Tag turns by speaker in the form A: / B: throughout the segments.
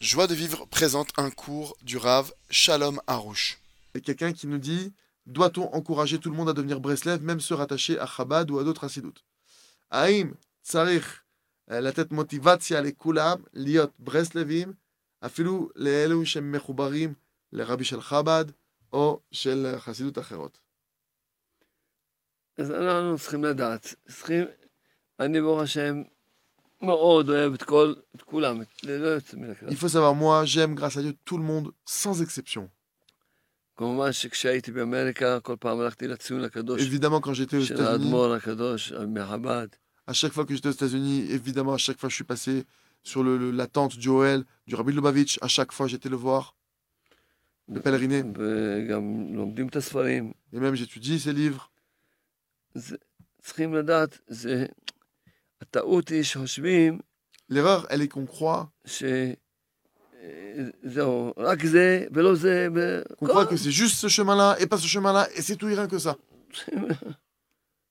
A: Joie de vivre présente un cours du Rave Shalom Harouche.
B: Et quelqu'un qui nous dit Doit-on encourager tout le monde à devenir Breslev, même se rattacher à Chabad ou à d'autres doute Aïm, Tsarich, la tête motivation les Kulam, Liot, Breslevim, Afilou, les Elou, Shem Mechubarim, les Rabbi Shel Chabad, ou Shel Chassidut Acherot.
C: אז אנחנו צריכים לדעת, צריכים, אני ברוך השם מאוד אוהב את כל, את כולם, את- ללא יוצא מן הכלל.
B: Il faut savoir, moi, j'aime grâce à Dieu tout le monde, sans exception.
C: כמובן שכשהייתי באמריקה, כל פעם הלכתי לציון הקדוש
B: Évidemment, quand j'étais aux
C: של
B: États-Unis,
C: האדמו"ר הקדוש מחב"ד.
B: à chaque fois que j'étais aux États-Unis, évidemment, à chaque fois, je suis passé sur le, le- la tente du Joël, du Rabbi Lubavitch, à chaque fois, j'étais le voir, le pèleriner,
C: וגם לומדים את הספרים.
B: et même j'étudie ses livres.
C: צריכים לדעת, זה... הטעות היא שחושבים
B: L'erreur, elle est qu'on croit,
C: שזהו, אה, רק זה ולא זה,
B: qu'on
C: וכל
B: croit que c'est juste ce chemin-là, et pas ce chemin-là, et c'est tout, et rien que ça.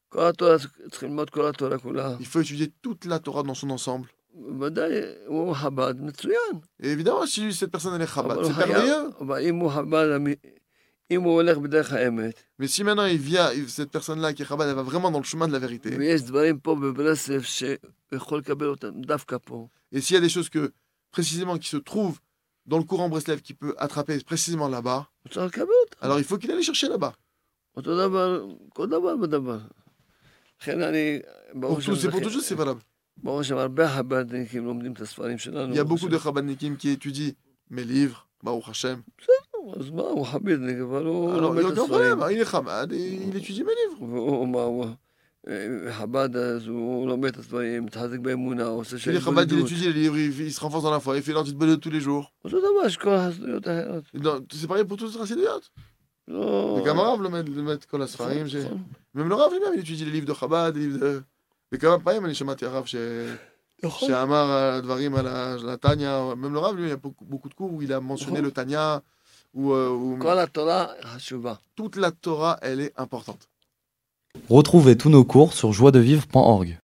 C: כל התורה, צריכים ללמוד כל התורה כולה.
B: Il faut étudier toute la Torah dans son ensemble.
C: ודאי, הוא חב"ד מצוין.
B: Et évidemment, si cette personne elle est Chabad,
C: אבל הוא
B: c'est
C: חייב,
B: merveilleux.
C: אבל אם הוא חב"ד, אמי- אם הוא הולך בדרך האמת,
B: Mais si maintenant il vient, il- cette personne-là qui est Chabad, elle va vraiment dans le chemin de la vérité.
C: ויש דברים פה בברסלב שהוא יכול לקבל אותם דווקא פה,
B: Et s'il y a des choses que, précisément, qui se trouvent dans le courant Breslev, qui peut attraper précisément là-bas,
C: הוא צריך לקבל אותם.
B: alors il faut qu'il aille les chercher là-bas.
C: אותו דבר, כל דבר ודבר. לכן אני, ברוך
B: Pour
C: השם,
B: tout, c'est pour
C: לכן-
B: toute chose, c'est valable.
C: ברוך השם, הרבה חב"דניקים לומדים את הספרים שלנו.
B: Il y a beaucoup de
C: ברוך
B: Chabadnikim qui étudient mes livres, Baruch Hashem.
C: השם. אז מה, הוא חב"דניק, אבל הוא
B: Alors, il
C: לומד
B: n'y a
C: את
B: aucun
C: הספרים.
B: problème, hein, il est Chabad et il étudie mes livres.
C: והוא מה, הוא אה, חב"ד, אז הוא לומד את הספרים, מתחזק באמונה, עושה של
B: Il est Chabad, il
C: התבודדות.
B: étudie les livres, il, il se renforce dans la foi, il fait l'antibode tous les jours.
C: אותו דבר שכל הסטודיות האחרות.
B: Et dans- C'est pareil pour toutes les racidoyotes.
C: לא...
B: Le Gamarav, le maître, le maître Kol
C: נכון,
B: Asfarim, j'ai-
C: נכון.
B: Même le Rav lui-même, il étudie les livres de Chabad, les livres de... וכמה פעמים אני שמעתי הרב ש...
C: נכון.
B: שאמר על הדברים על ה- על הטניה, même le Rav, lui, il y a beaucoup beaucoup de cours où il a mentionné
C: נכון.
B: le Tanya, où, euh, où
C: כל התורה חשובה.
B: toute la Torah, elle est importante.
D: Retrouvez tous nos cours sur joiedevivre.org.